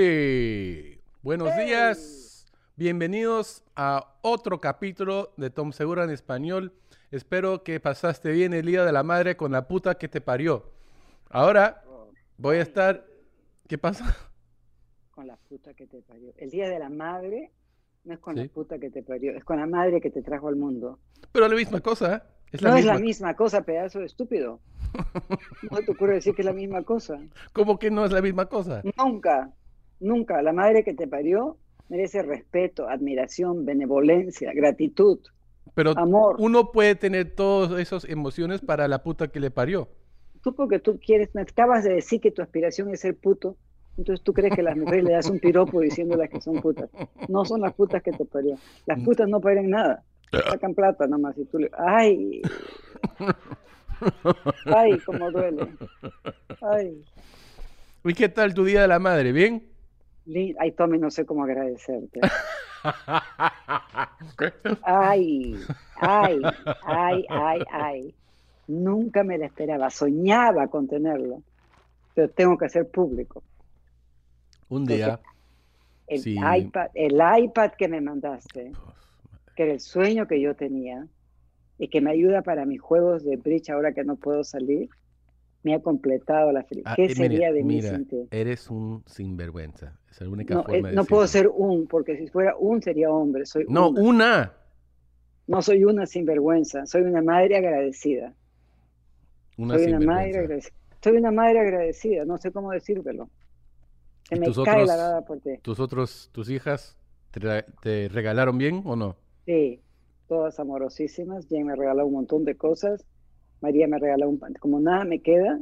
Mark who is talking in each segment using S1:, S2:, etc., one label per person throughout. S1: ¡Hey! Buenos
S2: ¡Hey!
S1: días. Bienvenidos a otro capítulo de Tom Segura en español. Espero que pasaste bien el día de la madre con la puta que te parió. Ahora
S2: Oh,
S1: voy a estar. ¿Qué pasa?
S2: con la puta que te parió. El día de la madre no es con
S1: Sí.
S2: la puta que te parió, es con la madre que te trajo al mundo.
S1: Pero la misma cosa. ¿eh? Es la
S2: no
S1: misma.
S2: es la misma cosa, pedazo de estúpido. No te ocurre decir que es la misma cosa.
S1: ¿Cómo que no es la misma cosa?
S2: Nunca, nunca. La madre que te parió merece respeto, admiración, benevolencia, gratitud,
S1: Pero
S2: amor.
S1: uno puede tener todas esas emociones para la puta que le parió.
S2: Tú porque tú quieres, me acabas de decir que tu aspiración es ser puto, entonces tú crees que a las mujeres le das un piropo diciéndolas que son putas. No son las putas que te parió. Las putas no paren nada. Sacan plata nomás y tú le... ¡Ay! ¡Ay, cómo duele! ¡Ay!
S1: ¿Y qué tal tu día de la madre? ¿Bien?
S2: li- Ay, Tommy, no sé cómo agradecerte. Ay, ay, ay, ay, ay. Nunca me la esperaba, soñaba con tenerlo, pero tengo que hacer público.
S1: Un día.
S2: El,
S1: Sí.
S2: iPad, el iPad que me mandaste, que era el sueño que yo tenía y que me ayuda para mis juegos de bridge ahora que no puedo salir, me ha completado la felicidad.
S1: Ah,
S2: ¿Qué
S1: eh, mira,
S2: sería de mí
S1: mira,
S2: sin ti?
S1: Eres un sinvergüenza. Esa es la única
S2: No, eh,
S1: forma de
S2: no puedo
S1: decirlo.
S2: ser un, porque si fuera un sería hombre, soy
S1: No,
S2: una.
S1: una.
S2: No soy una sinvergüenza, soy una madre agradecida.
S1: Una
S2: Soy una madre
S1: sinvergüenza.
S2: agradecida. Soy una madre agradecida, no sé cómo decírtelo. Se
S1: ¿Y
S2: me
S1: tus
S2: cae
S1: otros-
S2: la dada por ti.
S1: ¿Tus otros, tus hijas te, ra- te regalaron bien o no?
S2: Sí, todas amorosísimas. Jane me regaló un montón de cosas. María me regaló un pantalón. Como nada me queda,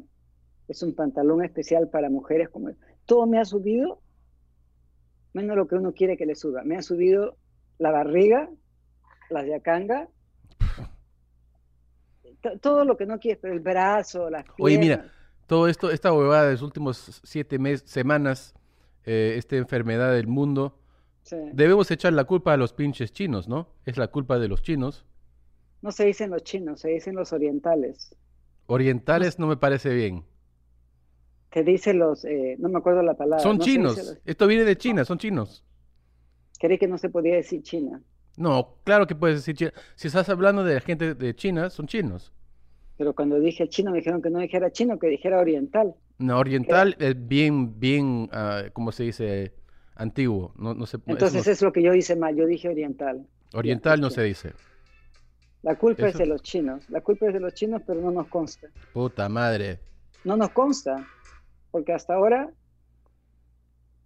S2: es un pantalón especial para mujeres. Como... Todo me ha subido, menos lo que uno quiere que le suba. Me ha subido la barriga, las yacanga, to- todo lo que no quieres, pero el brazo, las
S1: Oye, mira,
S2: piernas.
S1: Todo esto, esta huevada de los últimos siete meses, semanas, eh, esta enfermedad del mundo,
S2: Sí.
S1: debemos echar la culpa a los pinches chinos, ¿no? Es la culpa de los chinos.
S2: No se dicen los chinos, se dicen los orientales.
S1: Orientales no me parece bien.
S2: Se dicen los, eh, no me acuerdo la palabra.
S1: Son
S2: no se dice
S1: chinos.
S2: los-
S1: Esto viene de China, son chinos.
S2: Creí que no se podía decir China.
S1: No, claro que puedes decir China. Si estás hablando de la gente de China, son chinos.
S2: Pero cuando dije chino me dijeron que no dijera chino, que dijera oriental.
S1: No, oriental es bien, bien, como ¿cómo se dice? Antiguo. No, no se, no- eso
S2: Entonces
S1: no-
S2: es lo que yo hice mal, yo dije oriental.
S1: oriental no se dice.
S2: La culpa es
S1: Eso-
S2: de los chinos, la culpa es de los chinos, pero no nos consta.
S1: Puta madre.
S2: No nos consta, porque hasta ahora,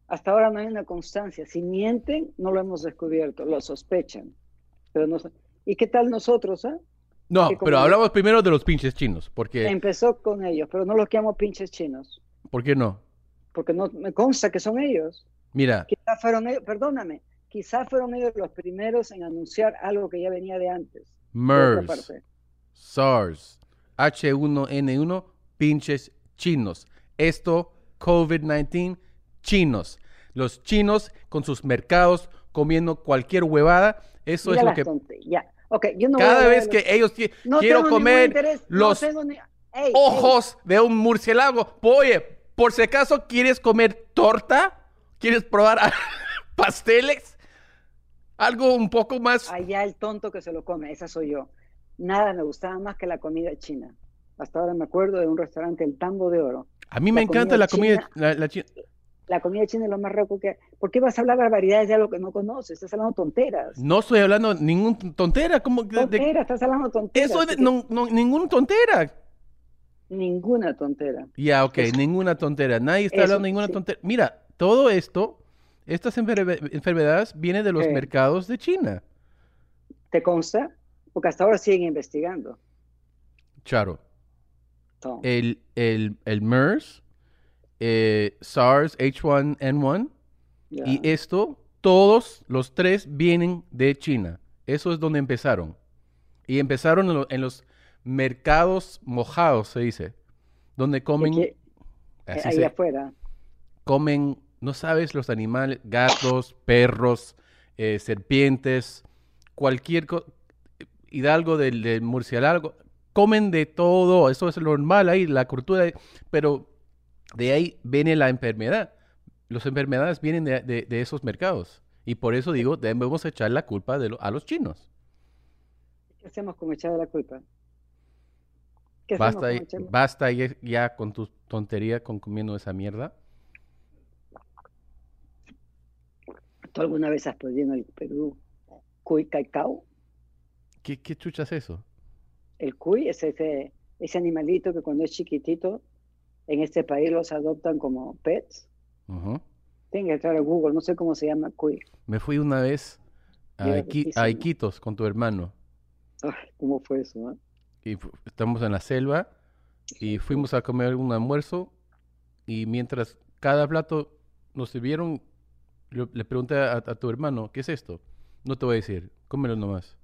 S2: hasta ahora no hay una constancia. Si mienten, no lo hemos descubierto, lo sospechan. Pero no, ¿Y qué tal nosotros? ah?
S1: No,
S2: que como
S1: pero
S2: yo-
S1: hablamos primero de los pinches chinos, porque
S2: Empezó con ellos, pero no los llamo pinches chinos,
S1: ¿por qué no?
S2: porque no me consta que son ellos.
S1: Mira,
S2: Quizás fueron ellos, perdóname, quizás fueron ellos los primeros en anunciar algo que ya venía de antes. de otra
S1: MERS,
S2: parte.
S1: SARS, H1N1, pinches chinos. Esto, COVID-19, chinos. Los chinos con sus mercados comiendo cualquier huevada, eso
S2: Mira
S1: es lo
S2: las
S1: que
S2: tonte- ya. Ok, yo no voy a
S1: cada
S2: hablar
S1: vez
S2: de
S1: que
S2: los-
S1: ellos qui-
S2: No
S1: quiero
S2: tengo ningún
S1: comer
S2: interés, no
S1: los
S2: tengo ni- Ey, ey,
S1: ojos de un murciélago. Oye, por si acaso quieres comer torta, quieres probar a- pasteles, algo un poco más.
S2: allá el tonto que se lo come, esa soy yo. Nada me gustaba más que la comida china. Hasta ahora me acuerdo de un restaurante, el Tambo de Oro.
S1: a mí me
S2: la
S1: encanta la comida,
S2: comida
S1: la, la chi-
S2: La comida china es lo más raro que... ¿Por qué vas a hablar barbaridades de algo que no conoces? Estás hablando tonteras.
S1: No estoy hablando ningún t- tontera, como que de- de-
S2: Tonteras, estás hablando tonteras.
S1: eso de-
S2: así que
S1: no, no, ningún tontera.
S2: Ninguna tontera.
S1: Ya, ok,
S2: Eso.
S1: ninguna tontera. Nadie está
S2: Eso,
S1: hablando de ninguna
S2: sí.
S1: tontera. Mira, todo esto, estas enferve- enfermedades vienen de los
S2: Sí.
S1: mercados de China.
S2: ¿Te consta? Porque hasta ahora siguen investigando.
S1: Charo.
S2: No.
S1: el, el, el MERS, eh, SARS, H1N1
S2: Ya.
S1: y eh, esto, todos los tres vienen de China. Eso es donde empezaron. Y empezaron en, lo- en los mercados mojados, se dice, donde comen,
S2: Aquí-
S1: así
S2: Eh, ahí
S1: se-
S2: afuera.
S1: comen, no sabes, los animales, gatos, perros, eh, serpientes, cualquier co- hidalgo del, del murciélago, comen de todo, eso es lo normal ahí, la cultura, pero de ahí viene la enfermedad. las enfermedades vienen de, de- de esos mercados. Y por eso digo, debemos echar la culpa de lo- a los chinos.
S2: ¿Qué hacemos con echar la culpa? ¿Qué hacemos
S1: Basta,
S2: con echar-
S1: basta ya, ya con tu tontería con comiendo esa mierda.
S2: ¿Tú alguna vez has podido en el Perú cuy cacao?
S1: ¿Qué, qué chucha es eso?
S2: El cuy es ese, ese animalito que cuando es chiquitito, en este país los adoptan como pets.
S1: Ujú.
S2: Tienen que entrar a Google, no sé cómo se llama cuy.
S1: Me fui una vez a,
S2: Mira,
S1: Iqui- a
S2: riquísimo.
S1: Iquitos con tu hermano.
S2: Ay, ¿Cómo fue eso? ah?
S1: y fu- estamos en la selva y fuimos a comer un almuerzo y mientras cada plato nos sirvieron, lo- le pregunté a, a tu hermano, ¿qué es esto? No te voy a decir, cómelo nomás.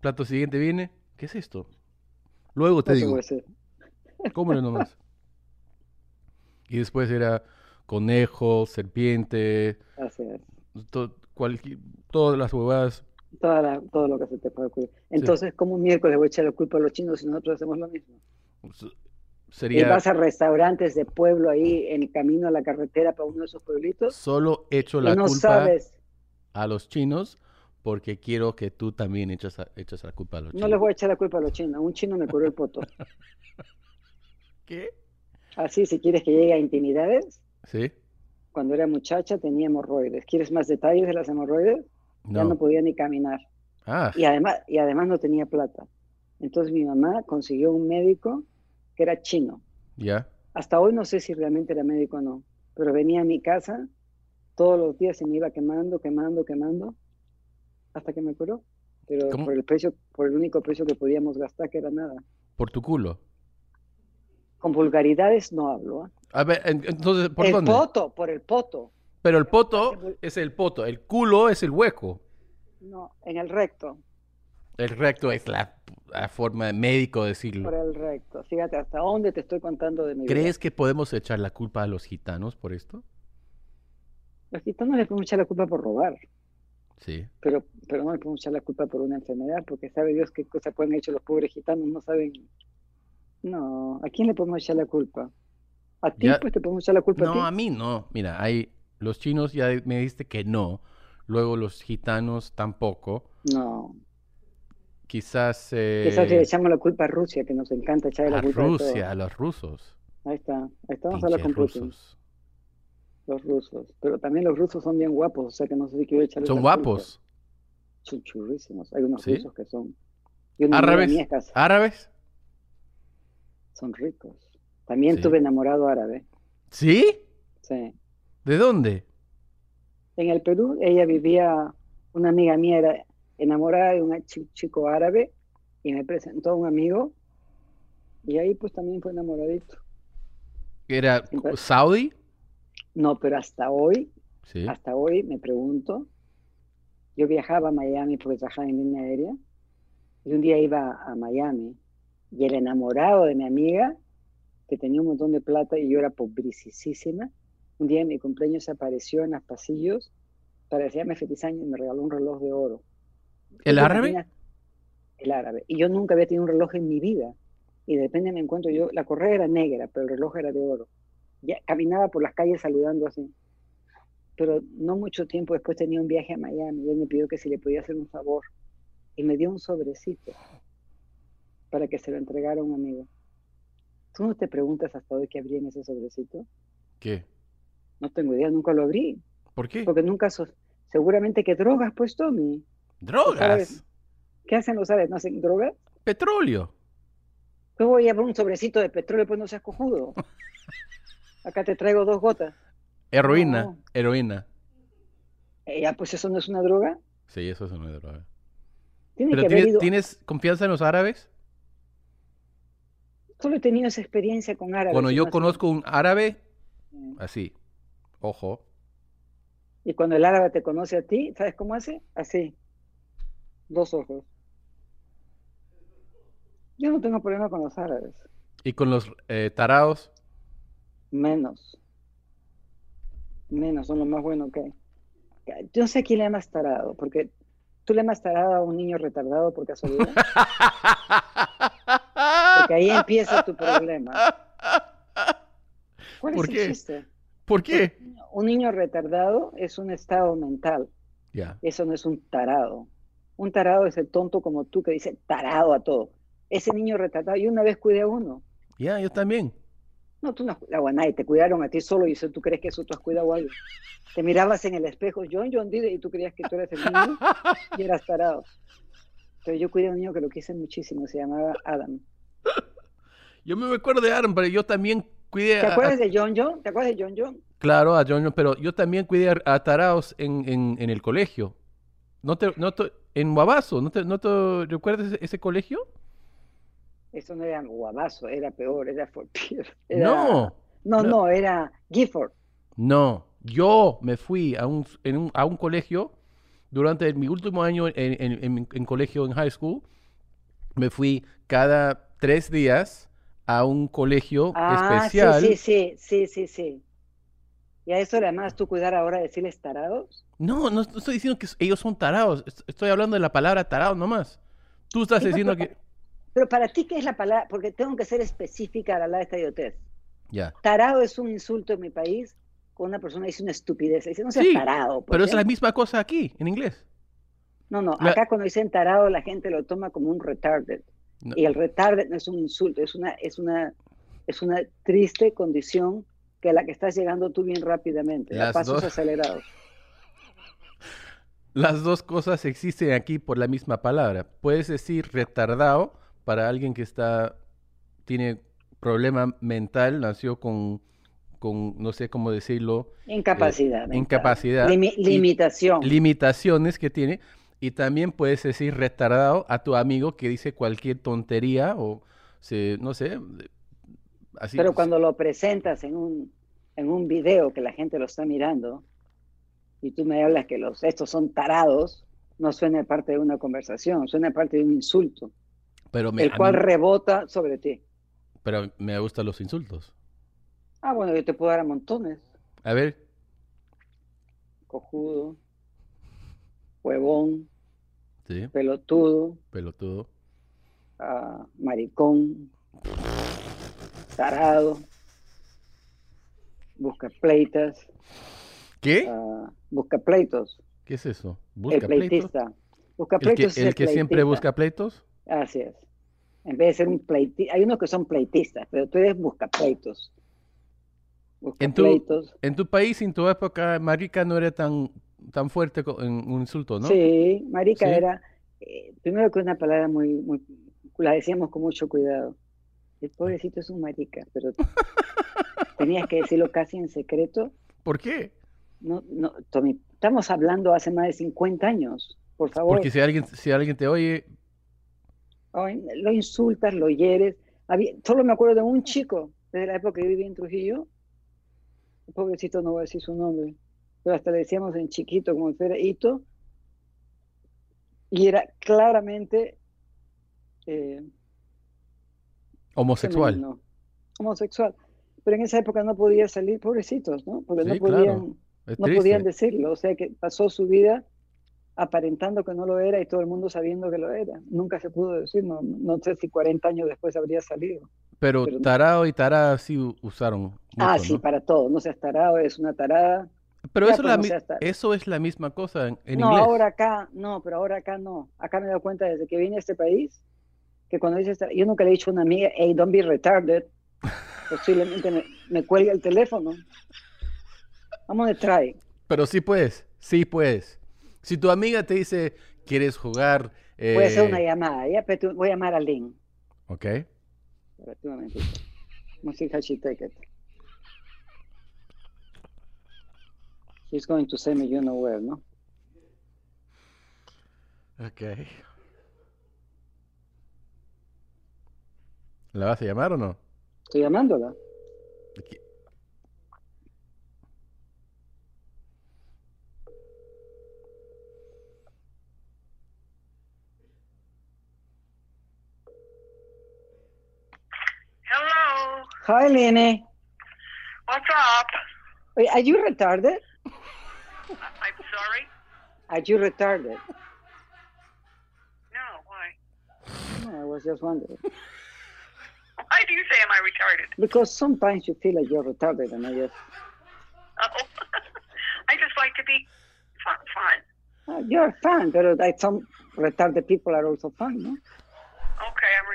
S1: plato siguiente viene, ¿qué es esto? Luego te
S2: No
S1: digo,
S2: voy a decir.
S1: cómelo nomás. Y después era conejo, serpiente,
S2: Así es.
S1: to- cualqui- todas las huevadas.
S2: Toda la- todo lo que se te puede ocurrir. Entonces, ¿cómo miércoles voy a echar la culpa a los chinos si nosotros hacemos lo mismo?
S1: s-
S2: Y
S1: Sería
S2: vas a restaurantes de pueblo ahí en el camino a la carretera para uno de esos pueblitos
S1: solo hecho
S2: y
S1: la
S2: no
S1: culpa.
S2: sabes,
S1: a los chinos porque quiero que tú también echas, a- echas la culpa a los
S2: no
S1: chinos.
S2: les voy a echar la culpa a los chinos. Un chino me curó el poto.
S1: ¿Qué?
S2: Así, si quieres que llegue a intimidades,
S1: ¿Sí?
S2: cuando era muchacha tenía hemorroides. ¿Quieres más detalles de las hemorroides? Ya
S1: No.
S2: no podía ni caminar.
S1: Ah,
S2: Y además, y además no tenía plata. Entonces mi mamá consiguió un médico que era chino.
S1: ya.
S2: Hasta hoy no sé si realmente era médico o no, pero venía a mi casa todos los días se me iba quemando, quemando, quemando, hasta que me curó. Pero
S1: ¿Cómo?
S2: por el precio, por el único precio que podíamos gastar, que era nada.
S1: Por tu culo.
S2: Con vulgaridades no hablo. ¿ah?
S1: A ver, en- entonces, ¿por
S2: el
S1: dónde?
S2: poto, por el poto.
S1: Pero el
S2: Hace
S1: poto
S2: muy-
S1: es el poto. El culo es el hueco.
S2: No, en el recto,
S1: El recto es la, la forma de médico de decirlo.
S2: por el recto. Fíjate hasta dónde te estoy contando de mi vida.
S1: ¿Crees que podemos echar la culpa a los gitanos por esto?
S2: Los gitanos les podemos echar la culpa por robar,
S1: Sí.
S2: pero, pero no les podemos echar la culpa por una enfermedad, porque sabe Dios qué cosa pueden haber hecho los pobres gitanos, no saben. No, ¿a quién le podemos echar la culpa? A ti,
S1: Ya-
S2: pues te podemos echar la culpa
S1: No,
S2: a
S1: a
S2: ti.
S1: mí no. Mira, hay, los chinos ya me diste que no. Luego los gitanos tampoco.
S2: No,
S1: Quizás,
S2: quizás le
S1: eh,
S2: echamos la culpa a Rusia, que nos encanta echarle la
S1: a
S2: culpa de
S1: Rusia,
S2: todo.
S1: a los rusos.
S2: Ahí está, ahí estamos
S1: Pinches
S2: hablando con Putin,
S1: rusos.
S2: los rusos. Pero también los rusos son bien guapos, o sea que no sé si quiero echarle
S1: Son
S2: la culpa.
S1: guapos.
S2: Son churrísimos, hay unos
S1: ¿Sí?
S2: rusos que son. y unos
S1: Árabes.
S2: iraníes
S1: ¿Árabes?
S2: Son ricos. También
S1: Sí.
S2: tuve enamorado árabe.
S1: ¿Sí?
S2: Sí.
S1: ¿De dónde?
S2: En el Perú, ella vivía, una amiga mía era enamorada de un chi- chico árabe y me presentó a un amigo y ahí pues también fue enamoradito.
S1: ¿Era
S2: Sí, pues.
S1: Saudi?
S2: No, pero hasta hoy,
S1: Sí.
S2: hasta hoy me pregunto, yo viajaba a Miami porque trabajaba en línea aérea y un día iba a Miami y el enamorado de mi amiga, que tenía un montón de plata y yo era pobrecísima, un día en mi cumpleaños apareció en los pasillos para decirme feliz año y me regaló un reloj de oro.
S1: ¿El
S2: ¿Tú te
S1: árabe?
S2: imaginas? El árabe. Y yo nunca había tenido un reloj en mi vida. Y de repente me encuentro yo, la correa era negra, pero el reloj era de oro. Ya caminaba por las calles saludando así. Pero no mucho tiempo después tenía un viaje a Miami y él me pidió que si le podía hacer un favor. Y me dio un sobrecito para que se lo entregara a un amigo. ¿Tú no te preguntas hasta hoy qué habría en ese sobrecito?
S1: ¿Qué?
S2: No tengo idea, nunca lo abrí.
S1: ¿Por qué?
S2: Porque nunca... sos- Seguramente que drogas, pues, Tommy.
S1: Drogas.
S2: ¿Qué hacen los árabes? ¿No hacen drogas?
S1: Petróleo.
S2: Yo Pues voy a por un sobrecito de petróleo, pues no seas cojudo. Acá te traigo dos gotas.
S1: Heroína.
S2: No.
S1: Heroína.
S2: Eh, ya, pues eso no es una droga.
S1: Sí, eso es una droga.
S2: Tiene
S1: ¿Pero
S2: que haber
S1: tienes,
S2: ido.
S1: tienes confianza en los árabes?
S2: Solo he tenido esa experiencia con árabes.
S1: Cuando
S2: y
S1: yo
S2: más-
S1: conozco un árabe, así. Ojo.
S2: Y cuando el árabe te conoce a ti, ¿sabes cómo hace? Así. Dos ojos. Yo no tengo problema con los árabes.
S1: ¿Y con los eh, taraos?
S2: Menos. Menos, son lo más bueno que hay. Yo no sé a quién le llamas tarado, porque tú le llamas tarado a un niño retardado por casualidad. Porque ahí empieza tu problema. ¿Cuál
S1: ¿Por
S2: es
S1: qué?
S2: el chiste?
S1: ¿Por qué?
S2: Un niño retardado es un estado mental.
S1: Ya.
S2: Eso no es un tarado. Un tarado es el tonto como tú que dice tarado a todo. Ese niño retardado, yo una vez cuidé a uno.
S1: Ya, yo también.
S2: No, tú no has cuidado a nadie, te cuidaron a ti solo y eso, tú crees que eso tú has cuidado a alguien. Te mirabas en el espejo, John John Dide, y tú creías que tú eras el niño y eras tarado. Entonces yo cuidé a un niño que lo quise muchísimo, se llamaba Adam.
S1: Yo me acuerdo de Adam, pero yo también cuidé
S2: ¿Te
S1: a,
S2: acuerdas de John John? ¿Te acuerdas de John John?
S1: Claro, a John, John, pero yo también cuidé a, a taraos en, en, en el colegio. No te, no te- en Guabazo, ¿no te, no te recuerdas ese, ese colegio?
S2: Eso no era guabazo, era peor, era Fort Pierce. era-
S1: No, no.
S2: no, no, era Gifford.
S1: no. Yo me fui a un, en un- a un colegio durante mi último año en, en- en- en colegio, en high school. Me fui cada tres días a un colegio
S2: Ah,
S1: especial.
S2: sí, sí, sí, sí, sí, sí. Y a eso además tú cuidar ahora decirles tarados.
S1: No, no, no estoy diciendo que s- ellos son tarados. Est- Estoy hablando de la palabra tarado nomás. Tú estás
S2: Sí, pues,
S1: diciendo
S2: pero-
S1: que...
S2: Pero para ti, ¿qué es la palabra? Porque tengo que ser específica a la hora de esta idiotez.
S1: Ya.
S2: Tarado es un insulto en mi país cuando una persona dice una estupidez. Dice, no seas
S1: Sí,
S2: tarado. pues,
S1: Pero es
S2: ¿ya?
S1: la misma cosa aquí, en inglés.
S2: No, no,
S1: la-
S2: acá cuando dicen tarado la gente lo toma como un retarded.
S1: No.
S2: Y el retarded no es un insulto, es una, es una, es una triste condición que a la que estás llegando tú bien rápidamente, a
S1: Las
S2: pasos
S1: dos.
S2: acelerados.
S1: Las dos cosas existen aquí por la misma palabra. Puedes decir retardado para alguien que está tiene problema mental, nació con, con no sé cómo decirlo,
S2: Incapacidad. mental.
S1: Eh, incapacidad.
S2: Limi-
S1: Y-
S2: limitación.
S1: limitaciones que tiene. Y también puedes decir retardado a tu amigo que dice cualquier tontería o se, no sé, de- así.
S2: Pero cuando lo presentas en un, en un video que la gente lo está mirando y tú me hablas que los, estos son tarados, no suena parte de una conversación, suena parte de un insulto,
S1: pero me,
S2: el
S1: a
S2: cual
S1: mí-
S2: rebota sobre ti.
S1: pero me gustan los insultos.
S2: Ah, bueno, yo te puedo dar a montones.
S1: A ver,
S2: cojudo, huevón,
S1: sí,
S2: pelotudo,
S1: pelotudo.
S2: ah, maricón, tarado, busca pleitas,
S1: ¿Qué?
S2: busca pleitos,
S1: ¿Qué es eso?
S2: Ah. el
S1: ¿Busca pleitos?
S2: pleitista. Busca
S1: El que,
S2: pleitos es
S1: el que siempre
S2: pleitista.
S1: busca pleitos.
S2: Así es. En vez de ser un pleitista, hay unos que son pleitistas, pero tú eres busca pleitos. Busca
S1: En tu-
S2: pleitos.
S1: En tu país, en tu época, marica no era tan, tan fuerte co- en un insulto, ¿no?
S2: Sí, marica
S1: Sí.
S2: era, eh, primero que una palabra muy, muy, la decíamos con mucho cuidado. El pobrecito es un marica, pero tenías que decirlo casi en secreto.
S1: ¿Por qué?
S2: No, no, Tommy, estamos hablando hace más de 50 años, por favor.
S1: Porque si alguien, si alguien te oye,
S2: Ay, lo insultas, lo hieres. Había- solo me acuerdo de un chico, desde la época que yo vivía en Trujillo. El pobrecito no voy a decir su nombre, pero hasta le decíamos en chiquito, como si fuera hito. Y era claramente eh,
S1: homosexual.
S2: femenino, homosexual. Pero en esa época no podía salir, pobrecitos, ¿no? Porque no
S1: Sí, claro.
S2: podían,
S1: Es
S2: no
S1: triste.
S2: podían decirlo. O sea que pasó su vida aparentando que no lo era y todo el mundo sabiendo que lo era. Nunca se pudo decir, no, no sé si 40 años después habría salido.
S1: Pero
S2: pero-
S1: tarado y tarada sí u- usaron. mucho,
S2: ah, sí,
S1: ¿no?
S2: para todo. No seas tarado, es una tarada.
S1: Pero
S2: Ya,
S1: eso, es
S2: pues,
S1: la
S2: no
S1: mi-
S2: seas tarado.
S1: eso es la misma cosa en, en
S2: no,
S1: inglés.
S2: ahora acá, no, pero ahora acá no. Acá me he dado cuenta desde que vine a este país que cuando dices, tar- yo nunca le he dicho a una amiga, hey, don't be retarded. Posiblemente me, me cuelga el teléfono. Vamos a try.
S1: Pero sí puedes, sí puedes. Si tu amiga te dice, quieres jugar.
S2: Voy a hacer una
S1: eh,
S2: llamada, ya, pero tú- voy a llamar a Lynn.
S1: Ok.
S2: Espérate un momentito. Música chitequet. She's going to send me you know where, ¿no?
S1: Ok. ¿La vas a llamar o no?
S2: Estoy llamándola.
S1: Aquí.
S3: Hello.
S2: Hi, Lynn.
S3: What's up?
S2: Are you retarded?
S3: I'm sorry.
S2: Are you retarded?
S3: No, why?
S2: No, I was just wondering.
S3: Why do you say am I retarded?
S2: Because sometimes you feel like you're retarded, and I just
S3: Oh. be fun. fun.
S2: Ah, you're a fan, pero hay some retarded people are also fan, ¿no?
S3: Okay, I'm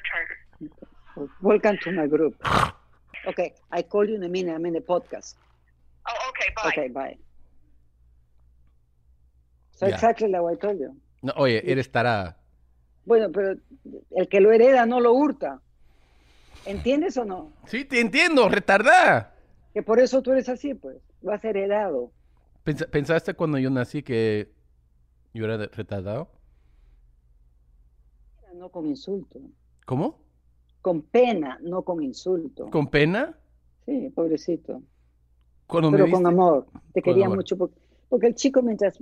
S3: retarded.
S2: Welcome to my group. Okay, I call you in a minute. I'm in the podcast.
S3: Oh, okay, bye.
S2: Okay, bye. So
S1: Yeah.
S2: exactly like I told you.
S1: No, oye, eres tarada.
S2: Bueno, pero el que lo hereda no lo hurta. ¿Entiendes o no?
S1: Sí, te entiendo, retardada.
S2: Que por eso tú eres así, pues. Lo has heredado.
S1: Pens- ¿Pensaste cuando yo nací que yo era de- retardado?
S2: No con insulto.
S1: ¿Cómo?
S2: Con pena, no con insulto.
S1: ¿Con pena?
S2: Sí, pobrecito.
S1: Cuando me
S2: pero con
S1: viste-
S2: amor. Te
S1: Con
S2: quería
S1: amor.
S2: mucho. Porque, porque el chico, mientras,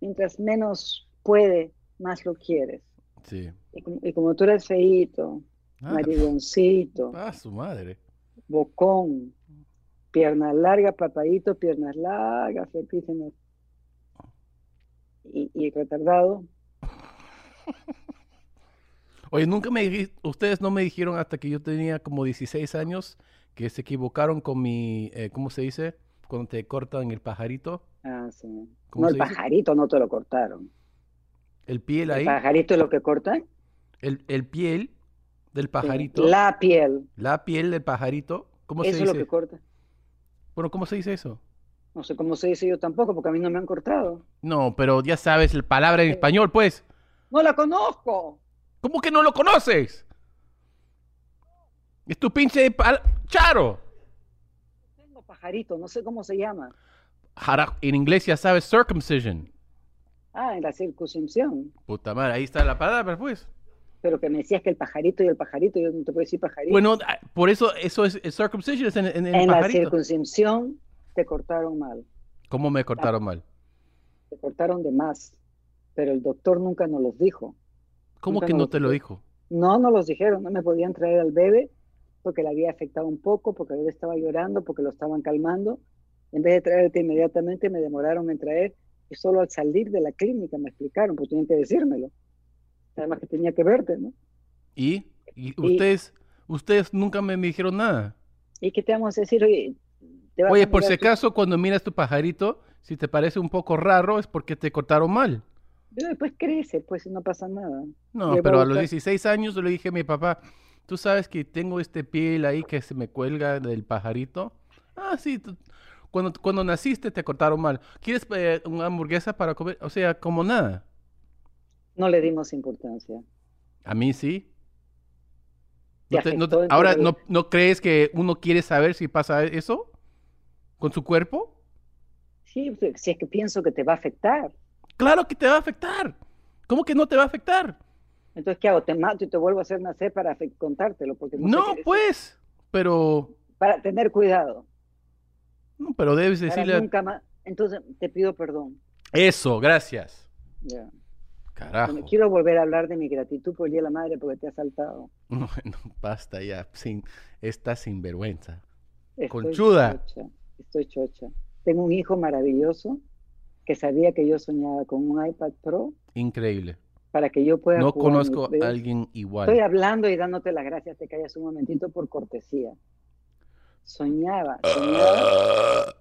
S2: mientras menos puede, más lo quieres.
S1: Sí.
S2: Y como, y como tú eres feíto,
S1: Ah,
S2: maridoncito,
S1: ah, su madre.
S2: bocón, piernas largas, papadito, piernas largas, flexígenas. Y, y retardado.
S1: Oye, nunca me dijis- ustedes no me dijeron hasta que yo tenía como 16 años que se equivocaron con mi, eh, ¿cómo se dice? Cuando te cortan el pajarito,
S2: Ah, sí.
S1: ¿Cómo
S2: No, el
S1: se dice?
S2: pajarito no te lo cortaron.
S1: el piel
S2: El
S1: ahí,
S2: pajarito es lo que eh, cortan. Sí.
S1: el, el piel del pajarito, la...
S2: La piel.
S1: piel del pajarito, ¿cómo se
S2: Eso es lo
S1: dice?
S2: que cortan.
S1: Bueno, ¿cómo se dice eso?
S2: No sé cómo se dice yo tampoco, porque a mí no me han cortado.
S1: No, pero ya sabes la palabra en
S2: Sí.
S1: español, pues.
S2: No la conozco.
S1: ¿Cómo que no lo conoces? Es tu pinche pal- charo.
S2: Tengo pajarito, no sé cómo se llama.
S1: Jara- En inglés ya sabes circumcision.
S2: Ah, en la circuncisión.
S1: Puta madre, ahí está la palabra, pues.
S2: Pero que me decías que el pajarito y el pajarito, yo no te puedo decir pajarito.
S1: Bueno, ah, por eso eso es, es circumcision, es en, en- en el
S2: en la
S1: pajarito.
S2: circuncisión te cortaron mal.
S1: ¿Cómo me cortaron mal?
S2: te cortaron de más, pero el doctor nunca nos los dijo.
S1: ¿Cómo
S2: Nunca
S1: que
S2: nos
S1: no
S2: lo
S1: te lo dijo?
S2: No nos los dijeron, no me podían traer al bebé porque le había afectado un poco, porque el bebé estaba llorando, porque lo estaban calmando. En vez de traerte inmediatamente, me demoraron en traer y solo al salir de la clínica me explicaron, porque tenían que decírmelo. Además que tenía que verte, ¿no?
S1: ¿Y? ¿Y ustedes ustedes nunca me, me dijeron nada?
S2: ¿Y qué te vamos a decir? Oye, te vas
S1: Oye,
S2: a
S1: por si
S2: morir aquí.
S1: acaso, cuando miras tu pajarito, si te parece un poco raro, es porque te cortaron mal.
S2: Pero después crece, pues y no pasa nada.
S1: No,
S2: Le va
S1: pero
S2: a
S1: a los
S2: gustar.
S1: 16 años yo le dije a mi papá, tú sabes que tengo este piel ahí que se me cuelga del pajarito. Ah, sí, tú- cuando, cuando naciste te cortaron mal. ¿Quieres eh, una hamburguesa para comer? O sea, como nada.
S2: No le dimos importancia.
S1: A mí sí.
S2: Te
S1: No te- no te-
S2: afectó en tu
S1: ahora,
S2: vida.
S1: ¿no, ¿no crees que uno quiere saber si pasa eso con su cuerpo?
S2: Sí, pues, si es que pienso que te va a afectar.
S1: Claro que te va a afectar. ¿Cómo que no te va a afectar?
S2: Entonces, ¿qué hago? Te mato y te vuelvo a hacer nacer para fe- contártelo. Porque no sé
S1: No,
S2: qué decir.
S1: pues, pero,
S2: Para tener cuidado.
S1: no, pero debes
S2: para
S1: decirle... a-
S2: nunca más. Entonces, te pido perdón.
S1: Eso, gracias.
S2: Ya.
S1: Carajo.
S2: No Quiero volver a hablar de mi gratitud por el Día de la Madre porque te has saltado.
S1: Bueno, basta ya. Sin, esta sinvergüenza.
S2: Estoy
S1: Conchuda.
S2: chocha, Estoy chocha. Tengo un hijo maravilloso que sabía que yo soñaba con un iPad Pro
S1: Increíble.
S2: para que yo pueda
S1: No
S2: jugar mis
S1: conozco
S2: videos.
S1: a alguien igual.
S2: Estoy hablando y dándote las gracias. Te callas un momentito por cortesía. Soñaba, soñaba.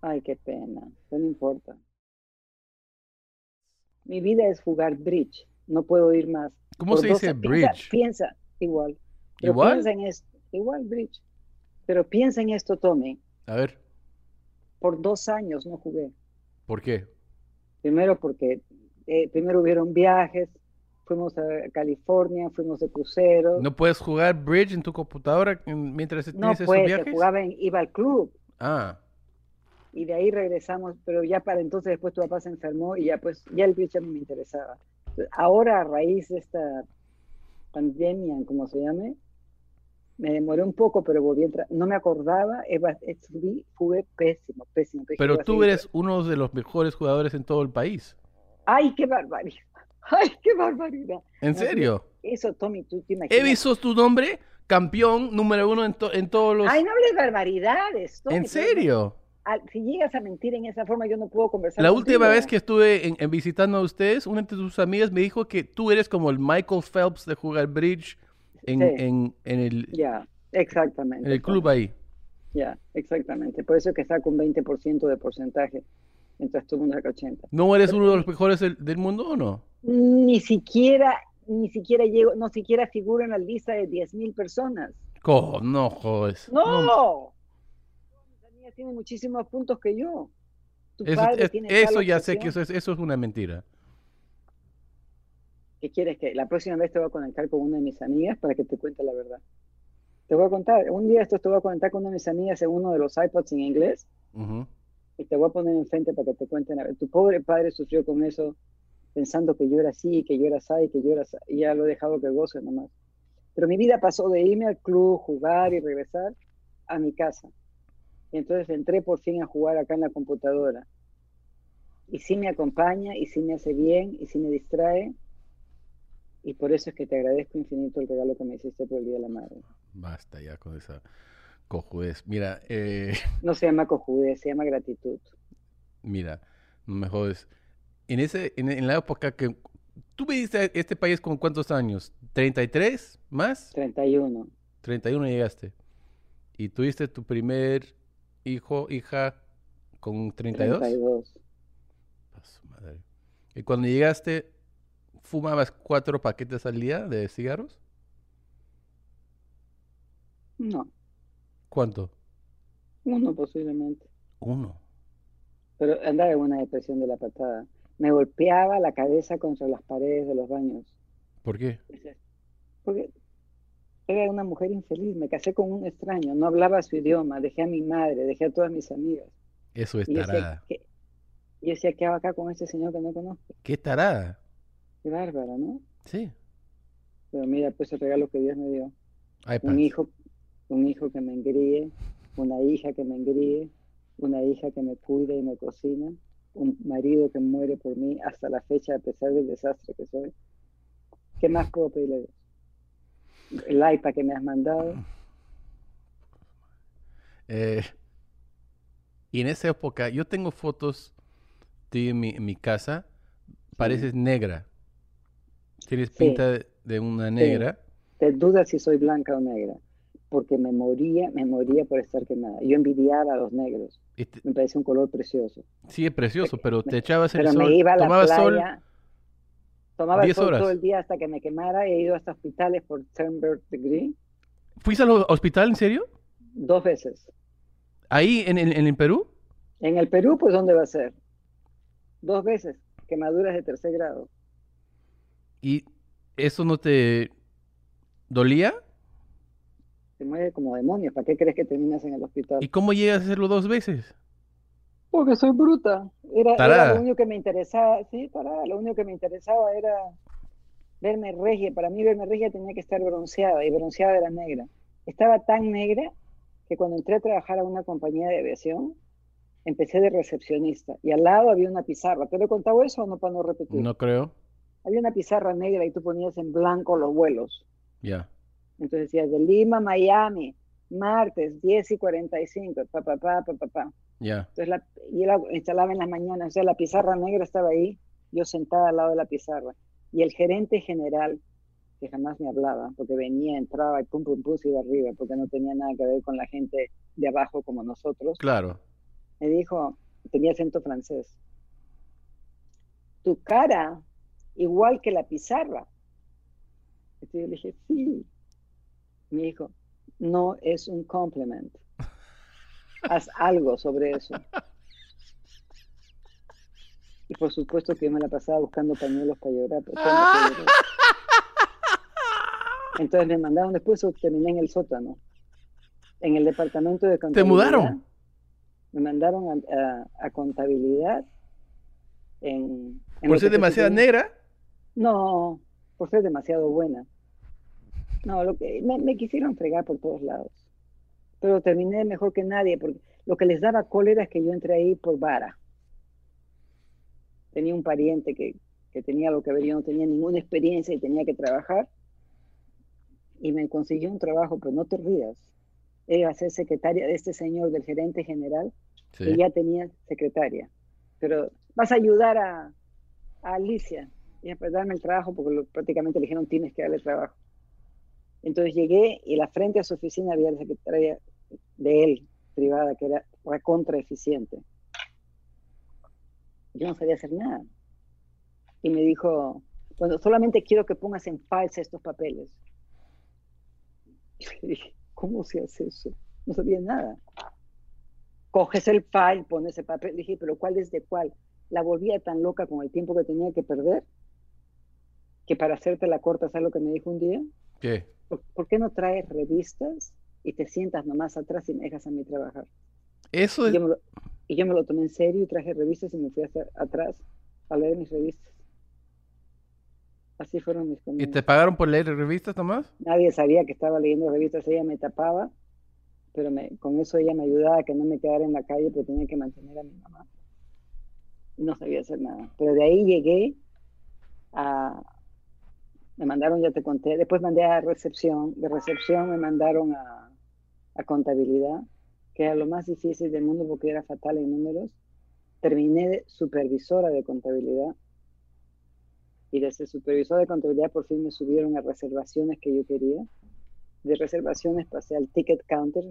S2: Ay, qué pena, pero no importa. Mi vida es jugar bridge, no puedo ir más.
S1: ¿Cómo
S2: Por
S1: se
S2: dos-
S1: dice
S2: piensa-
S1: bridge?
S2: Piensa, igual. Pero
S1: ¿Igual?
S2: Piensa en esto, igual bridge. Pero piensa en esto, Tommy.
S1: A ver,
S2: Por dos años no jugué.
S1: ¿por qué?
S2: Primero porque eh, primero hubieron viajes, fuimos a California, fuimos de crucero.
S1: ¿No puedes jugar bridge en tu computadora en- mientras
S2: No,
S1: tienes esos
S2: pues, que
S1: viajes?
S2: jugaba en, iba al club.
S1: Ah,
S2: y de ahí regresamos, pero ya para entonces después tu papá se enfermó y ya pues ya el bridge a mí me interesaba. Ahora a raíz de esta pandemia, como se llame, me demoré un poco, pero volví a entrar. No me acordaba, es ba- es- fui- jugué pésimo, pésimo. Dije,
S1: pero
S2: "Voy a
S1: tú
S2: seguir".
S1: eres uno de los mejores jugadores en todo el país.
S2: ¡Ay, qué barbaridad! ¡Ay, qué barbaridad!
S1: ¿En
S2: No,
S1: serio?
S2: Eso, Tommy, tú te imaginas.
S1: He visto tu nombre, campeón número uno en, to- en todos los...
S2: ¡Ay, no hables barbaridades! Tommy,
S1: ¿En
S2: tú-
S1: serio?
S2: Al- si llegas a mentir en esa forma, yo no puedo conversar
S1: La
S2: contigo.
S1: última vez que estuve en, en visitando a ustedes, una de tus amigas me dijo que tú eres como el Michael Phelps de jugar bridge en,
S2: Sí.
S1: en- en el,
S2: Ya,
S1: en
S2: exactamente.
S1: el
S2: Tommy.
S1: club ahí.
S2: Ya, exactamente. Por eso es que saco un 20% de porcentaje. mientras todo el mundo saca 80.
S1: ¿No eres uno de los mejores del, del mundo o no?
S2: Ni siquiera, ni siquiera llego, no siquiera figuro en la lista de 10.000 personas.
S1: Co- no jodes.
S2: ¡No! Mis amigas tienen muchísimos puntos que yo. Tu
S1: Eso,
S2: padre
S1: es-
S2: tiene
S1: eso
S2: tal
S1: ya sé que
S2: obsesión.
S1: eso es, eso es una mentira.
S2: ¿Qué quieres que la próxima vez te voy a conectar con una de mis amigas para que te cuente la verdad? Te voy a contar, un día esto te voy a conectar con una de mis amigas en uno de los iPods en inglés
S1: Ujú.
S2: y te voy a poner enfrente para que te cuenten. la- Tu pobre padre sufrió con eso pensando que yo era así, que yo era así, que yo era así, y ya lo he dejado que goce nomás. Pero mi vida pasó de irme al club, jugar y regresar a mi casa. Y entonces entré por fin a jugar acá en la computadora. Y sí me acompaña, y sí me hace bien, y sí me distrae. Y por eso es que te agradezco infinito el regalo que me hiciste por el Día de la Madre.
S1: Basta ya con esa cojudez. Mira, eh,
S2: No se llama cojudez, se llama gratitud.
S1: mira, no me jodes. En, ese, en, en la época que... ¿Tú viniste a este país con cuántos años? ¿33 más?
S2: 31.
S1: 31 llegaste. Y tuviste tu primer hijo, hija con 32.
S2: 32.
S1: Pa' su madre. Y cuando llegaste, ¿fumabas cuatro paquetes al día de cigarros?
S2: No,
S1: ¿Cuánto?
S2: uno posiblemente.
S1: Uno.
S2: Pero andaba en una depresión de la patada. Me golpeaba la cabeza contra las paredes de los baños.
S1: ¿Por qué?
S2: Porque era una mujer infeliz. Me casé con un extraño. No hablaba su idioma. Dejé a mi madre, dejé a todas mis amigas.
S1: Eso es
S2: Y yo decía,
S1: tarada.
S2: ¿qué, yo decía, ¿qué hago acá con este señor que no conozco?
S1: ¿Qué tarada?
S2: Qué bárbaro, ¿no?
S1: Sí.
S2: Pero mira, pues el regalo que Dios me dio.
S1: iPads.
S2: un hijo, un hijo que me engríe, una hija que me engríe, una hija que me cuida y me cocina, un marido que muere por mí hasta la fecha a pesar del desastre que soy. ¿Qué más puedo pedirle a Dios? El iPad que me has mandado,
S1: Eh, y en esa época, yo tengo fotos de en mi, en mi casa. Pareces negra. Tienes
S2: Sí.
S1: pinta de, de una negra.
S2: te dudas si soy blanca o negra, porque me moría, me moría por estar quemada. Yo envidiaba a los negros,
S1: Y te-
S2: me parece un color precioso.
S1: sí, es precioso, pero te
S2: me-
S1: echabas el
S2: Pero me
S1: sol,
S2: iba a la
S1: tomabas sol.
S2: playa. Tomaba
S1: 10
S2: sol
S1: horas.
S2: todo el día hasta que me quemara. He ido hasta hospitales por Turnberg Degree
S1: ¿Fuiste al hospital, en serio?
S2: dos veces.
S1: ¿Ahí, en, en, en el Perú?
S2: En el Perú, pues, ¿dónde va a ser? Dos veces, quemaduras de tercer grado.
S1: ¿Y eso no te dolía?
S2: Te mueve como demonios. ¿Para qué crees que terminas en el hospital?
S1: ¿Y cómo llegas a hacerlo dos veces?
S2: Porque soy bruta. Era, era
S1: Tarada.
S2: lo único que me interesaba. Sí, tarada. Lo único que me interesaba era verme regia. Para mí, verme regia tenía que estar bronceada. Y bronceada era negra. Estaba tan negra que cuando entré a trabajar a una compañía de aviación, empecé de recepcionista. Y al lado había una pizarra. ¿Te lo he contado eso o no para no repetir?
S1: No creo.
S2: Había una pizarra negra y tú ponías en blanco los vuelos.
S1: Ya.
S2: Entonces decías de Lima, a Miami, martes 10 y 45, pa, pa, pa, pa, pa, pa.
S1: Ya.
S2: Entonces la, yo la instalaba en las mañanas, o sea, la pizarra negra estaba ahí, yo sentada al lado de la pizarra. Y el gerente general, que jamás me hablaba, porque venía, entraba y pum, pum, pum, se iba arriba, porque no tenía nada que ver con la gente de abajo como nosotros,
S1: Claro.
S2: me dijo, tenía acento francés, tu cara igual que la pizarra. Entonces yo le dije, sí. Me dijo, no es un compliment. Haz algo sobre eso. Y por supuesto que yo me la pasaba buscando pañuelos para llorar. pero todo me lloró. Entonces me mandaron después, o terminé en el sótano, en el departamento de contabilidad.
S1: mudaron?
S2: Me mandaron a, a- a contabilidad. En, en lo
S1: Por
S2: que
S1: ser
S2: fue
S1: demasiado
S2: su-
S1: negra.
S2: no, por ser demasiado buena. No, lo que, me, me quisieron fregar por todos lados. Pero terminé mejor que nadie, porque lo que les daba cólera es que yo entré ahí por vara. Tenía un pariente que, que tenía algo que ver, yo no tenía ninguna experiencia y tenía que trabajar. Y me consiguió un trabajo, pero no te rías. Era ser secretaria de este señor, del gerente general,
S1: Sí.
S2: y ya tenía secretaria. Pero vas a ayudar a, a Alicia y a darme el trabajo porque lo- prácticamente le dijeron tienes que darle trabajo. Entonces llegué y la frente a su oficina había la secretaria de él, privada, que era recontra eficiente. Yo no sabía hacer nada. Y me dijo, bueno, solamente quiero que pongas en falsa estos papeles. Y le dije, ¿cómo se hace eso? No sabía nada. Coges el file, pones el papel. Le dije, pero ¿cuál es de cuál? La volvía tan loca con el tiempo que tenía que perder, que para hacerte la corta, ¿sabes lo que me dijo un día?
S1: ¿Qué?
S2: ¿Por, por qué no traes revistas y te sientas nomás atrás y me dejas a mí trabajar?
S1: Eso
S2: Y
S1: es...
S2: yo me lo, y yo me lo tomé en serio y traje revistas y me fui hacia atrás a leer mis revistas. Así fueron mis
S1: ¿Y
S2: comienzos.
S1: te pagaron por leer revistas nomás?
S2: Nadie sabía que estaba leyendo revistas, ella me tapaba, pero me, con eso ella me ayudaba a que no me quedara en la calle porque tenía que mantener a mi mamá. No sabía hacer nada. Pero de ahí llegué a... Me mandaron, ya te conté, después mandé a recepción, de recepción me mandaron a, a contabilidad, que era lo más difícil del mundo porque era fatal en números. Terminé de supervisora de contabilidad y desde supervisor de contabilidad por fin me subieron a reservaciones que yo quería. De reservaciones pasé al ticket counter,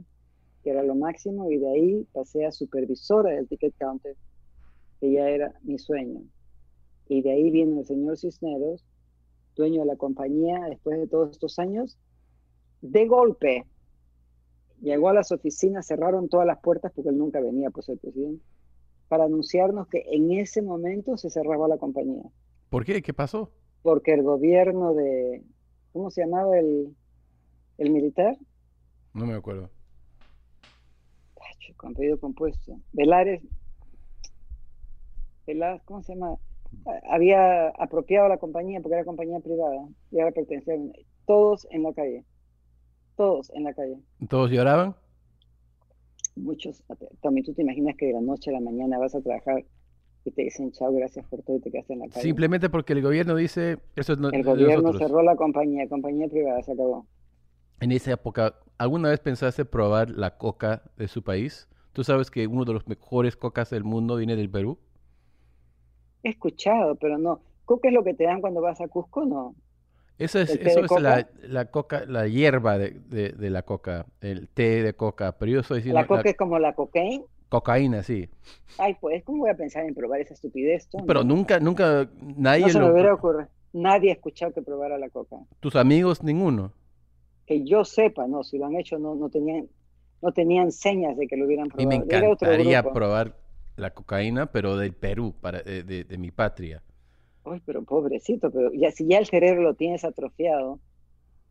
S2: que era lo máximo, y de ahí pasé a supervisora del ticket counter, que ya era mi sueño. Y de ahí viene el señor Cisneros, dueño de la compañía, después de todos estos años, de golpe. Llegó a las oficinas, cerraron todas las puertas porque él nunca venía, pues el presidente, para anunciarnos que en ese momento se cerraba la compañía
S1: ¿Por qué? ¿Qué pasó?
S2: porque el gobierno de, ¿cómo se llamaba el, el militar?
S1: No me acuerdo.
S2: Ay, chico, con apellido compuesto. Velares, Vela- ¿cómo se llama? A- Había apropiado la compañía porque era compañía privada y ahora pertenecía a una- todos en la calle, todos en la calle.
S1: ¿Todos lloraban?
S2: Muchos, Tommy, ¿tú te imaginas que de la noche a la mañana vas a trabajar y te dicen chao, gracias por todo y te quedas en la calle?
S1: Simplemente porque el gobierno dice, eso es no- de
S2: El gobierno
S1: eh, nosotros.
S2: cerró la compañía, compañía privada, se acabó.
S1: En esa época, ¿alguna vez pensaste probar la coca de su país? Tú sabes que uno de los mejores cocas del mundo viene del Perú.
S2: He escuchado, pero no. Coca es lo que te dan cuando vas a Cusco, no.
S1: Esa es,
S2: ¿El té de
S1: eso es la,
S2: coca?
S1: la coca, la hierba de, de- de la coca, el té de coca. Pero yo estoy diciendo
S2: la coca es como la cocaína.
S1: cocaína, sí.
S2: Ay, pues, ¿cómo voy a pensar en probar esa estupidez, Tom?
S1: Pero nunca, nunca, nadie
S2: No se me
S1: lo-
S2: hubiera ocurrido. Nadie ha escuchado que probara la coca.
S1: tus amigos, ninguno.
S2: Que yo sepa, no, si lo han hecho, no, no tenían, no tenían señas de que lo hubieran
S1: Y me
S2: probado. Era otro
S1: encantaría
S2: grupo.
S1: probar la cocaína, pero del Perú, para, de, de- de mi patria.
S2: Ay, pero pobrecito, pero ya, si ya el cerebro lo tienes atrofiado,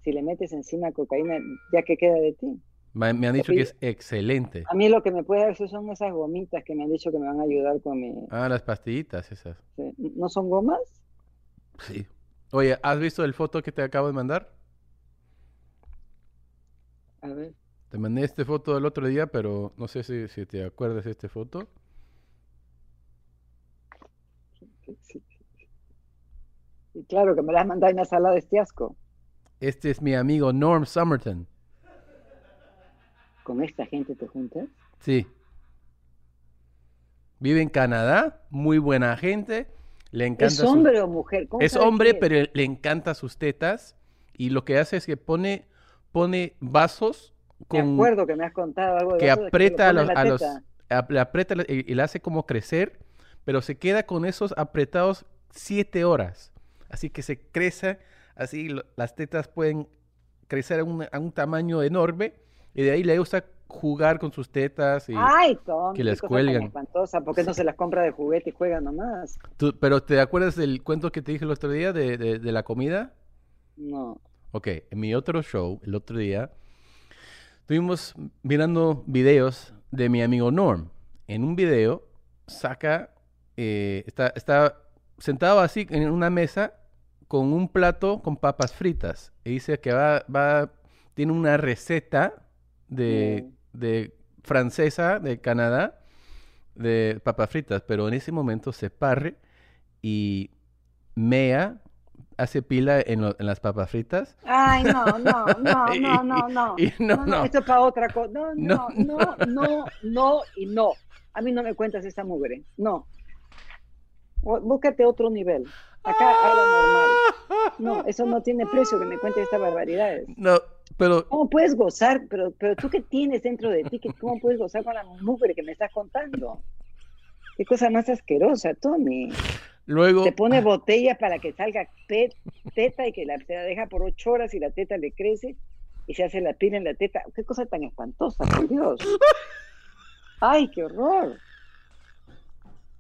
S2: si le metes encima cocaína, ¿ya qué queda de ti?
S1: Me, me han dicho que
S2: Oye.
S1: es excelente.
S2: A mí lo que me puede dar eso son esas gomitas que me han dicho que me van a ayudar con mi...
S1: Ah, las pastillitas esas.
S2: ¿No son gomas?
S1: Sí. Oye, ¿has visto el foto que te acabo de mandar?
S2: A ver.
S1: Te mandé esta foto el otro día, pero no sé si, si te acuerdas de esta foto.
S2: Y claro que me las mandáis una sala de este asco.
S1: Este es mi amigo Norm Summerton.
S2: ¿Con esta gente te juntas?
S1: Sí. Vive en Canadá, muy buena gente. Le encanta
S2: ¿Es
S1: sus-
S2: hombre o mujer? ¿Cómo
S1: Es
S2: sabes
S1: hombre,
S2: quién es?
S1: pero le encanta sus tetas. Y lo que hace es que pone, pone vasos
S2: Me
S1: con
S2: acuerdo que me has contado algo de
S1: que
S2: eso, de que lo
S1: aprieta a
S2: pone en
S1: los,
S2: la
S1: a los-
S2: teta.
S1: a- le aprieta la- y, y la hace como crecer, pero se queda con esos apretados siete horas. Así que se crece, así lo- las tetas pueden crecer a un, a un tamaño enorme y de ahí le gusta jugar con sus tetas. y-
S2: Ay, Tom,
S1: que
S2: qué
S1: les
S2: cosa tan
S1: cuelgan.
S2: espantosa. ¿Por qué no se las compra de juguete y juega nomás?
S1: Tú- pero ¿te acuerdas del cuento que te dije el otro día de, de- de la comida?
S2: No.
S1: Ok, en mi otro show, el otro día, estuvimos mirando videos de mi amigo Norm. En un video saca, eh, está, está sentado así en una mesa con un plato con papas fritas. Y dice que va, va tiene una receta de, de francesa de Canadá de papas fritas, pero en ese momento se parre y mea, hace pila en, lo- en las papas fritas.
S2: Ay, no, no, no, no, no, no.
S1: Y no, no.
S2: Esto es para otra cosa. No,
S1: No,
S2: no, no, no, no y no. A mí no me cuentas esa mugre. No. O- Búscate otro nivel. Acá habla normal. No, eso no tiene precio que me cuentes estas barbaridades.
S1: Ah. No, pero
S2: ¿Cómo puedes gozar? Pero, pero tú qué tienes dentro de ti, que cómo puedes gozar con la mugre que me estás contando. Qué cosa más asquerosa, Tommy.
S1: Luego,
S2: Te pone botella para que salga te- teta y que la, se la deja por ocho horas y la teta le crece y se hace la pila en la teta. Qué cosa tan espantosa, por Dios. Ay, qué horror.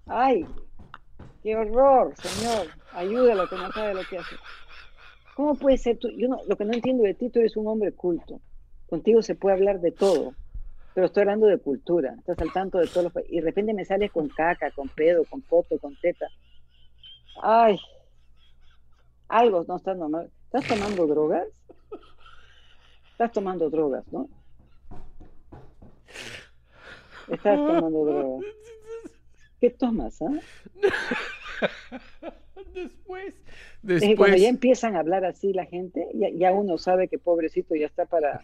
S2: Ay, qué horror, señor. Ayúdalo que no sabe lo que hace. ¿Cómo puede ser tú? Yo no- lo que no entiendo de ti, tú eres un hombre culto. Contigo se puede hablar de todo, pero estoy hablando de cultura. Estás al tanto de todos los pa- Y de repente me sales con caca, con pedo, con poto, con teta. Ay, algo no está normal. ¿Estás tomando drogas? Estás tomando drogas, ¿no? Estás tomando drogas. ¿Qué tomas, ah?
S1: después,
S2: Es que cuando
S1: después,
S2: ya em- empiezan a hablar así la gente, ya, ya uno sabe que pobrecito ya está para...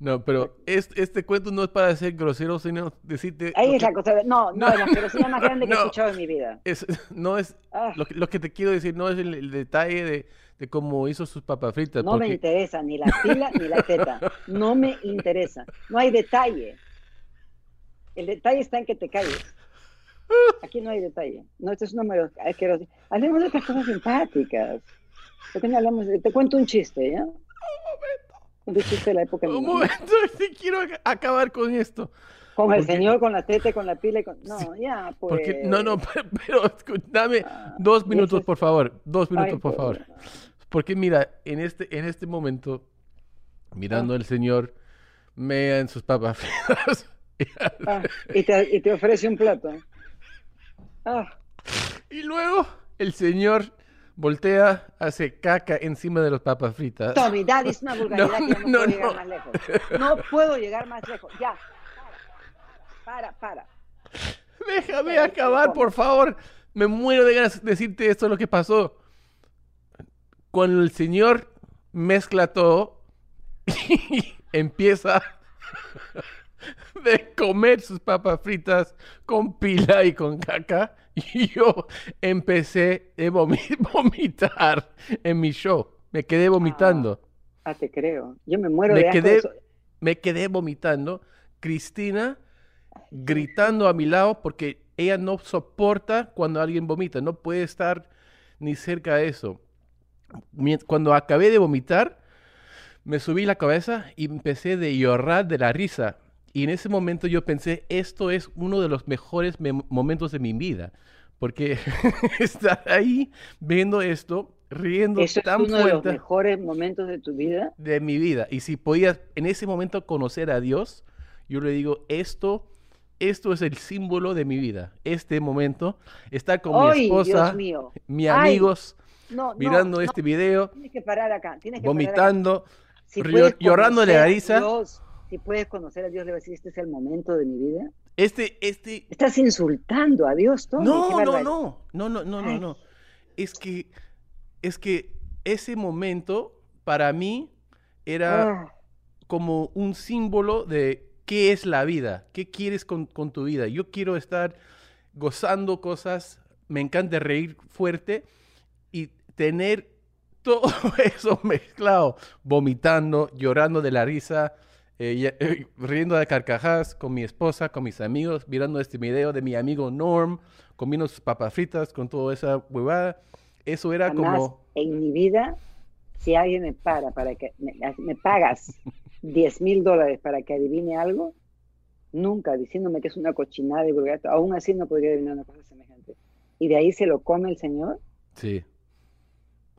S1: no, pero este, este cuento no es para ser grosero, sino decirte,
S2: Ahí
S1: lo
S2: es
S1: que-
S2: la cosa... No, no,
S1: No.
S2: la ferocidad más grande que he
S1: No.
S2: escuchado en mi vida.
S1: es- no es,
S2: Ah,
S1: lo que, lo que te quiero decir no es el, el detalle de, de cómo hizo sus papas fritas,
S2: no me
S1: Este, porque-
S2: interesa ni la pila ni la teta. No me interesa. No hay detalle. El detalle está en que te calles. Aquí no hay detalle. No, esto es una mero- asquerosidad. Hablemos de otras cosas simpáticas. ¿Por qué no hablamos de- Te cuento un chiste, ¿ya? Un chiste de la época de mi
S1: un
S2: mamá.
S1: momento, sí quiero ac- acabar con esto,
S2: Con el
S1: Porque-
S2: señor, con la teta, y con la pila y con... No, ya, pues...
S1: porque, no, no, pero, escu- dame
S2: Ah,
S1: dos
S2: y
S1: minutos,
S2: eso-
S1: por favor, dos minutos,
S2: Ay,
S1: por favor. Porque mira, en este, en este momento, mirando al señor, mea en sus papas fritas.
S2: Ah, y, te, y te ofrece un plato. Ah,
S1: y luego el señor voltea, hace caca encima de las papas fritas.
S2: Tommy, that es una vulgaridad
S1: No,
S2: que
S1: no,
S2: yo no, puedo llegar
S1: no.
S2: más lejos. No puedo llegar más lejos. Ya. Para, para.
S1: Déjame acabar, por favor. Me muero de ganas de decirte esto es lo que pasó. Cuando el señor mezcla todo y empieza de comer sus papas fritas con pila y con caca, y yo empecé a vomi- vomitar en mi show. Me quedé vomitando.
S2: Ah, te creo. Yo me muero
S1: Me
S2: de asco.
S1: quedé-
S2: de eso.
S1: Me quedé vomitando. Cristina gritando a mi lado porque ella no soporta cuando alguien vomita, no puede estar ni cerca de eso. Mien- Cuando acabé de vomitar, me subí la cabeza y empecé de llorar de la risa. Y en ese momento yo pensé, esto es uno de los mejores mem- momentos de mi vida, porque estar ahí viendo esto, riendo
S2: Eso es
S1: tan
S2: uno de los
S1: fuerte
S2: mejores momentos de tu vida.
S1: de mi vida. Y si podías en ese momento conocer a Dios, yo le digo, esto, esto es el símbolo de mi vida. Este momento, estar con mi
S2: ¡Ay,
S1: esposa,
S2: Dios mío!
S1: mis
S2: Ay,
S1: amigos,
S2: No, no,
S1: mirando
S2: no,
S1: este video,
S2: Tienes que parar acá. Tienes que parar acá.
S1: vomitando.
S2: Si
S1: Rio-
S2: puedes
S1: llorando de
S2: conocer
S1: la
S2: a
S1: risa.
S2: Dios, si puedes conocer a Dios, le vas a decir, este es el momento de mi vida.
S1: Este, este,
S2: Estás insultando a Dios, Tommy. qué
S1: no, no,
S2: barbaridad.
S1: no, no, no, no, no,
S2: Ay.
S1: no. Es que, es que ese momento para mí era
S2: Ah.
S1: como un símbolo de qué es la vida, qué quieres con, con tu vida. Yo quiero estar gozando cosas, me encanta reír fuerte y tener todo eso mezclado, vomitando, llorando de la risa, eh, ya- eh, riendo de carcajadas con mi esposa, con mis amigos, mirando este video de mi amigo Norm, comiendo sus papas fritas con toda esa huevada. Eso era
S2: Jamás
S1: como...
S2: en mi vida, si alguien me para para que me, me pagas 10 mil dólares para que adivine algo, nunca diciéndome que es una cochinada y vulgar, aún así no podría adivinar una cosa semejante. Y de ahí se lo come el señor.
S1: Sí.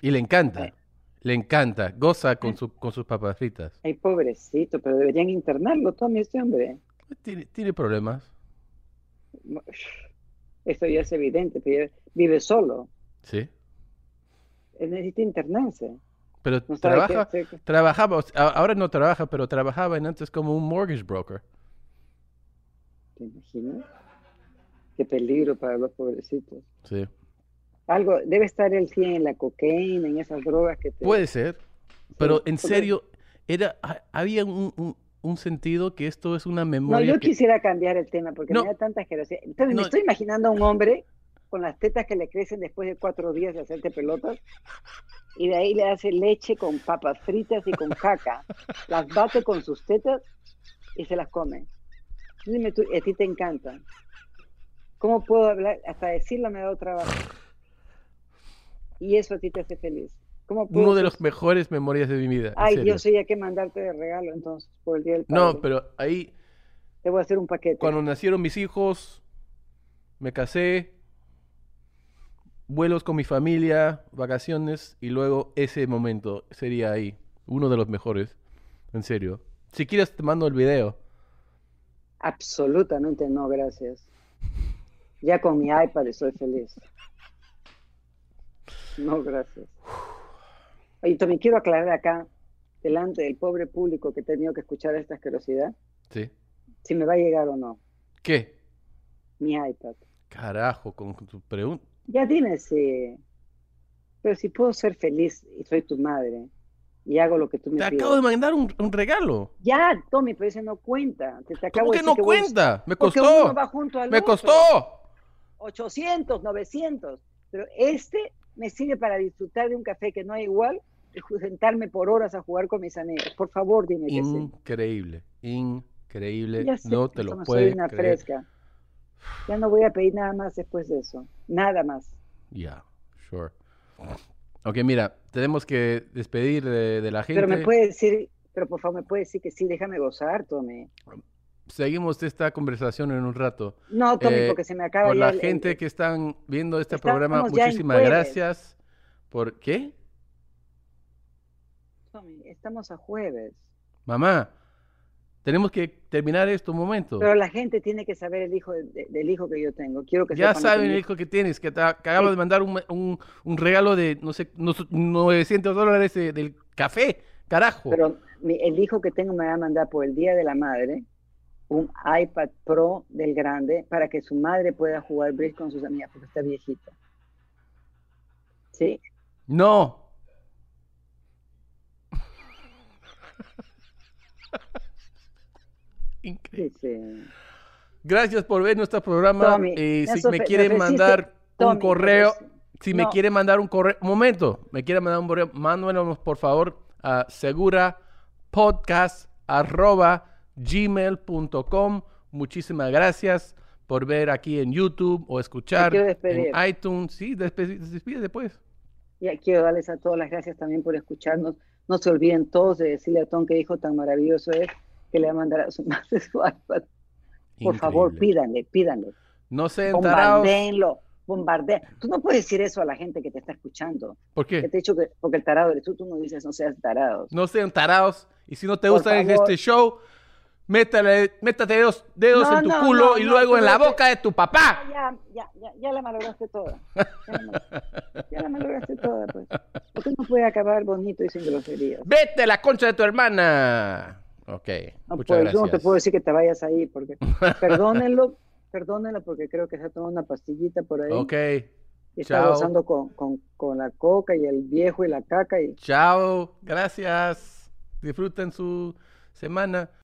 S1: Y le encanta.
S2: Eh. Mm.
S1: Le encanta. Goza con, su- con sus papas fritas.
S2: Ay, pobrecito, pero deberían internarlo, Tommy, este hombre.
S1: Tiene, tiene problemas.
S2: Esto ya es evidente, pero ya vive solo.
S1: Sí.
S2: Él necesita internarse.
S1: Pero
S2: No sabe qué
S1: trabaja,
S2: hacer.
S1: trabajaba, o sea, a- ahora no trabaja, pero trabajaba en antes como un mortgage broker.
S2: ¿Te imaginas? Qué peligro para los pobrecitos.
S1: Sí.
S2: Algo, debe estar el 100 en la cocaína, en esas drogas que te...
S1: Puede ser. Pero
S2: Sí,
S1: en
S2: porque-
S1: serio, era, ha- había un, un- un sentido que esto es una
S2: No,
S1: memoria.
S2: yo
S1: que-
S2: quisiera cambiar el tema porque
S1: No.
S2: me da tanta asquerosidad. Entonces
S1: No.
S2: me estoy imaginando a un hombre con las tetas que le crecen después de cuatro días de hacerte pelotas y de ahí le hace leche con papas fritas y con caca. Las bate con sus tetas y se las come. Dime tú, a ti te encanta. ¿Cómo puedo hablar? Hasta decirlo me da trabajo. Y eso a ti te hace feliz. ¿Cómo puedo
S1: Uno de
S2: ser-
S1: los mejores memorias de mi vida. en
S2: Ay,
S1: serio.
S2: Dios, sí, hay que mandarte de regalo entonces por el día del padre.
S1: No, pero ahí,
S2: Te voy a hacer un paquete.
S1: cuando nacieron mis hijos, me casé, vuelos con mi familia, vacaciones, y luego ese momento sería ahí. Uno de los mejores. En serio. Si quieres, te mando el video.
S2: Absolutamente no, gracias. Ya con mi iPad estoy feliz. No, gracias. Y también quiero aclarar acá, delante del pobre público que he tenido que escuchar esta asquerosidad,
S1: Sí.
S2: si me va a llegar o no
S1: ¿Qué?
S2: mi iPad.
S1: Carajo, con tu pregunta.
S2: Ya dime si... Pero si puedo ser feliz y soy tu madre y hago lo que tú me
S1: Te
S2: pides.
S1: acabo de mandar un, un regalo.
S2: Ya, Tommy, pero ese no cuenta. Te, te acabo
S1: ¿Cómo
S2: de
S1: que
S2: decir
S1: no
S2: que voy a usar-
S1: cuenta? Me
S2: Porque
S1: costó.
S2: uno va junto al
S1: Me
S2: otro.
S1: costó.
S2: 800, 900. Pero este me sirve para disfrutar de un café que no hay igual y ju- sentarme por horas a jugar con mis amigos. Por favor, dime que sí.
S1: Increíble, increíble.
S2: Ya sé,
S1: no te
S2: eso
S1: lo
S2: no
S1: puedes
S2: soy una
S1: creer.
S2: fresca. Ya no voy a pedir nada más después de eso. Nada más.
S1: Ya, sure. Ok, mira, tenemos que despedir de, de la gente.
S2: Pero me puede decir, pero por favor, me puede decir que sí, déjame gozar, Tommy.
S1: Seguimos esta conversación en un rato.
S2: No, Tommy,
S1: Eh,
S2: porque se me acaba
S1: Por
S2: ya
S1: la
S2: Ah, el- el-
S1: gente que están viendo este
S2: Estamos
S1: programa,
S2: ya en
S1: muchísimas
S2: jueves.
S1: gracias. ¿Por qué?
S2: Tommy, estamos a jueves.
S1: Mamá, tenemos que terminar esto un momento.
S2: Pero la gente tiene que saber el hijo de- de- del hijo que yo tengo. Quiero que
S1: Ya
S2: sepan lo que
S1: saben
S2: mi
S1: el hijo que tienes, que te acabo de mandar un, un- un regalo de, no sé, no- 900 dólares de- del café, carajo.
S2: Pero mi- el hijo que tengo me va a mandar por el Día de la Madre un iPad Pro del grande para que su madre pueda jugar bridge con sus amigas porque está viejita. Sí,
S1: No. Increíble.
S2: sí, sí.
S1: Gracias por ver nuestro programa.
S2: Tommy,
S1: Eh,
S2: me
S1: si
S2: has
S1: me
S2: ofe-
S1: quieren
S2: me ofreciste-
S1: mandar un
S2: Tommy,
S1: correo,
S2: pero sí.
S1: si me
S2: No.
S1: quieren mandar un correo, momento, me quieren mandar un correo, mándenos por favor a segurapodcast.gmail.com. Muchísimas gracias por ver aquí en YouTube o escuchar
S2: quiero
S1: en
S2: despedir.
S1: iTunes. Sí, despe- despídete pues.
S2: Ya quiero darles a todos las gracias también por escucharnos. No se olviden todos de decirle a Tom que dijo tan maravilloso es que le va a mandar a su madre su iPad. Por favor,
S1: Increíble.
S2: pídanle, pídanle.
S1: No se entaraos.
S2: Bombardeenlo, bombardeen. Tú no puedes decir eso a la gente que te está escuchando.
S1: ¿Por
S2: Que
S1: qué?
S2: te he dicho que, porque el tarado eres tú, tú no dices no seas tarado.
S1: No sean tarados. Y si no te
S2: Por
S1: gusta en
S2: favor.
S1: este show, métale, métate dedos, dedos
S2: No,
S1: en tu
S2: no,
S1: culo
S2: no,
S1: y
S2: no,
S1: luego
S2: tú
S1: en la
S2: vete.
S1: boca de tu papá.
S2: Ah, Ya, ya, ya, ya la malograste toda. Ya la, mal- ya la malograste toda, pues. Porque no puede acabar bonito y sin groserías.
S1: Vete a la concha de tu hermana. Ok.
S2: No,
S1: muchas
S2: puedo- yo no te
S1: gracias.
S2: puedo decir que te vayas ahí, porque perdónenlo, perdónenlo porque creo que se ha tomado una pastillita por ahí
S1: Ok.
S2: y está
S1: chao.
S2: gozando con, con, con la coca y el viejo y la caca y
S1: Chao. Gracias. Disfruten su semana.